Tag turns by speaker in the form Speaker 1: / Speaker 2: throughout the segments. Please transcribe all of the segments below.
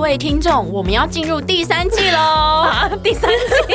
Speaker 1: 位听众，我们要进入第三季喽！
Speaker 2: 啊， 第三季，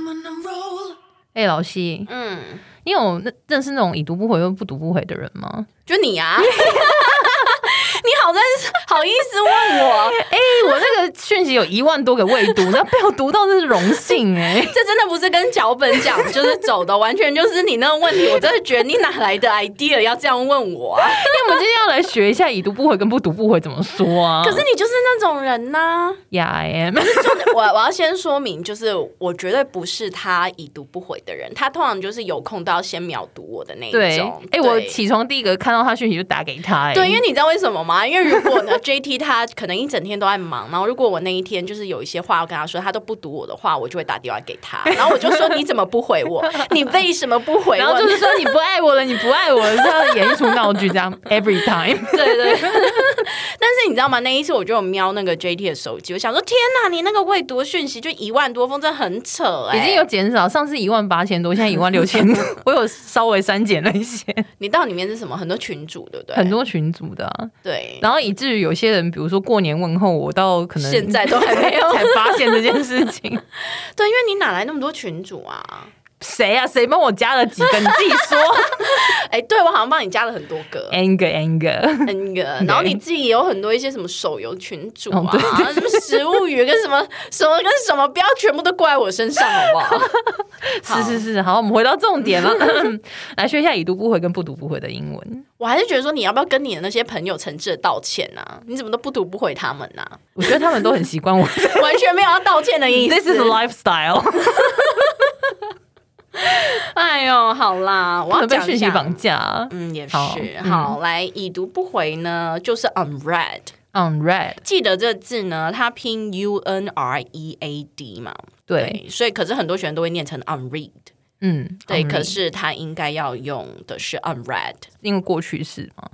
Speaker 2: 哎、老西，
Speaker 1: 嗯，
Speaker 2: 你有那认识那种已读不回又不读不回的人吗？
Speaker 1: 就你 啊，你好认识，好意思问我，
Speaker 2: 哎、我那个讯息有一万多个未 读，那被我读到这是荣幸哎、
Speaker 1: 这真的不是跟脚本 讲，就是走的，完全就是你那个问题，我真的觉得你哪来的 idea 要这样问我啊？
Speaker 2: 那我们今天要来学一下已读不回跟不读不回怎么说 啊？
Speaker 1: 可是你就是那种人呐、
Speaker 2: 呀 I am
Speaker 1: 我我要先说明，就是我绝对不是他已读不回的人，他通常就是有空都要先秒读我的那一
Speaker 2: 对，
Speaker 1: 种。
Speaker 2: 哎、我起床第一个看到他讯息就打给他、哎，
Speaker 1: 对，因为你知道为什么吗？因为如果呢 ，JT 他可能一整天都在忙，然后如果我那一天就是有一些话要跟他说，他都不读我的话，我就会打电话给 他，然后我就说你怎么不回我？你为什么不回
Speaker 2: 然后
Speaker 1: 我？
Speaker 2: 就是说你不爱我了，你不爱我了，是他的演一出闹剧 这样 every time。
Speaker 1: 对对，但是你知道吗？那一次我就有瞄那个 JT 的手机，我想说天哪，你那个未读讯息就一万多封，真的很扯哎、
Speaker 2: 已经有减少，上次一万八千多，现在一万六千 多，我有稍微删减了一些，
Speaker 1: 你到里面是什么？很多群主对不对？
Speaker 2: 很多群组的啊、
Speaker 1: 对，
Speaker 2: 然后以至于有些人，比如说过年问候，我到可能哎
Speaker 1: 现 在都还没有
Speaker 2: 才发现这件事情。
Speaker 1: 对，因为你哪来那么多群主啊？
Speaker 2: 谁啊？谁帮我加了几个？你自己说。
Speaker 1: 哎、对我好像帮你加了很多个。
Speaker 2: anger anger，
Speaker 1: 嗯个，然后你自己也有很多一些什么手游群主啊，
Speaker 2: 哦对
Speaker 1: 什么食物语跟什么什么跟什么，不要全部都怪我身上，好不 好？好
Speaker 2: 是是是，好，我们回到重点了， 来学一下已读不回跟不读不回的英文。
Speaker 1: 我还是觉得说，你要不要跟你的那些朋友诚挚的道歉呢、啊？你怎么都不读不回他们呢、
Speaker 2: 我觉得他们都很习惯我。
Speaker 1: 完全没有要道歉的意
Speaker 2: This is
Speaker 1: 思。
Speaker 2: lifestyle，
Speaker 1: 哎呦，好啦，我
Speaker 2: 不
Speaker 1: 要
Speaker 2: 能被
Speaker 1: 讲一
Speaker 2: 讯息
Speaker 1: 下
Speaker 2: 绑。架啊。
Speaker 1: 嗯，也是
Speaker 2: 好嗯
Speaker 1: 好来，已读不回呢，就是 unread。
Speaker 2: unread，
Speaker 1: 记得这字呢，它拼 U N R E A D 嘛，
Speaker 2: 对，，
Speaker 1: 所以可是很多学生都会念成 unread。
Speaker 2: 嗯，
Speaker 1: 对
Speaker 2: unread
Speaker 1: 可是它应该要用的是 unread。
Speaker 2: 因为过去式嘛，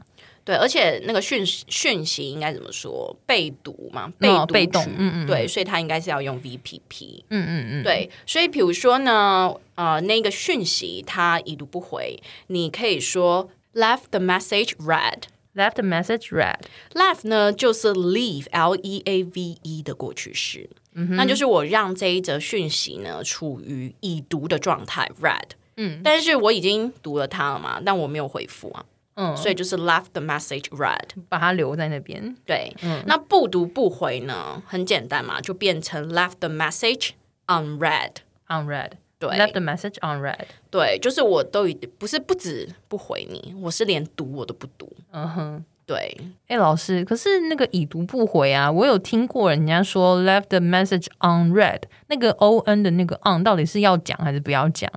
Speaker 1: 对，而且那个讯息讯息应该怎么说？被读嘛，被
Speaker 2: 哦
Speaker 1: 读
Speaker 2: 被动
Speaker 1: 取
Speaker 2: 嗯嗯嗯
Speaker 1: 对，所以它应该是要用 VPP。
Speaker 2: 嗯嗯嗯，
Speaker 1: 对，所以比如说呢，呃，那个讯息它已读不回，你可以说 left the message read。
Speaker 2: ，left a message read，
Speaker 1: Left 呢，就是 leave L E A V E 的过去式，
Speaker 2: 嗯
Speaker 1: 那就是我让这一则讯息呢处于已读的状态 read。嗯，但是我已经读了它了嘛，但我没有回复啊，
Speaker 2: 嗯，
Speaker 1: 所以就是 left the message read。
Speaker 2: 把它留在那边，
Speaker 1: 对，
Speaker 2: 嗯
Speaker 1: 那不读不回呢，很简单嘛，就变成 left the message unread。
Speaker 2: unread，
Speaker 1: 对
Speaker 2: ，left a message unread，
Speaker 1: 对，就是我都已不是不止不回你，我是连读我都不读。
Speaker 2: 嗯哼。
Speaker 1: 对，
Speaker 2: 哎、老师，可是那个已读不回啊，我有听过人家说 left the message unread，那个 o n 的那个 on 到底是要讲还是不要讲？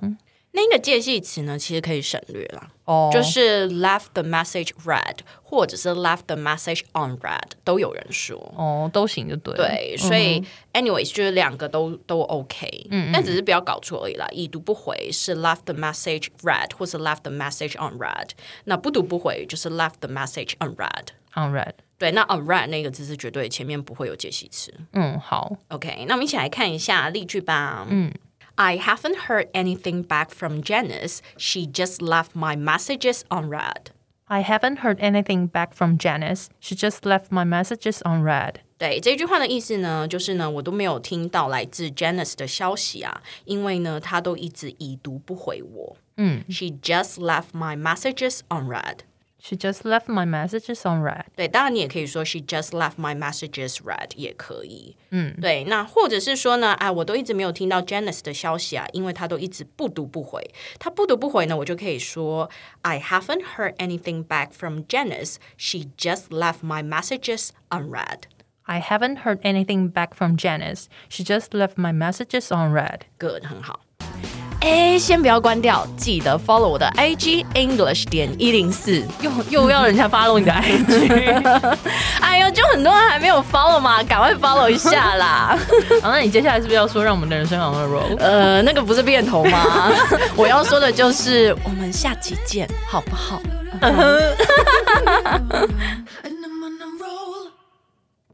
Speaker 1: 那个介系词呢，其实可以省略啦。
Speaker 2: 哦
Speaker 1: 就是 left the message read，或者是 left the message unread，都有人说。
Speaker 2: 哦，都行就对了。
Speaker 1: 对，所以、anyways 就是两个都都 OK，嗯但只是不要搞错而已啦。已读不回是 left the message read，或是 left the message unread。那不读不回就是 left the message unread。
Speaker 2: unread，
Speaker 1: 对，那 unread 那个字是绝对前面不会有介系词。
Speaker 2: 嗯，好，
Speaker 1: OK，那我们一起来看一下例句吧。嗯。I haven't heard anything back from Janice. She just left my messages unread.
Speaker 2: I haven't heard anything back from Janice. She just left my messages unread.
Speaker 1: 对这句话的意思呢，就是呢，我都没有听到来自 Janice 的消息啊，因为呢，她都一直已读不回我。嗯，She just left my messages unread。
Speaker 2: She just left my messages unread.
Speaker 1: 对，当然你也可以说 She just left my messages read 也可以。嗯，对，那或者是说呢，哎，我都一直没有听到 Janice 的消息啊，因为她都一直不读不回。她不读不回呢，我就可以说 I haven't heard anything back from Janice. She just left my messages unread.
Speaker 2: I haven't heard anything back from Janice. She just left my messages unread.
Speaker 1: Good，很好。哎，先不要关掉，记得 follow 我的 IG English 点一零四。
Speaker 2: 又又要人家 follow 你的 IG。
Speaker 1: 哎呦，就很多人还没有 follow 嘛，赶快 follow 一下啦。
Speaker 2: 好，那你接下来是不是要说让我们的人生好好 roll？
Speaker 1: 呃，那个不是变头吗？ 我要说的就是，我们下期见，好不好？
Speaker 3: I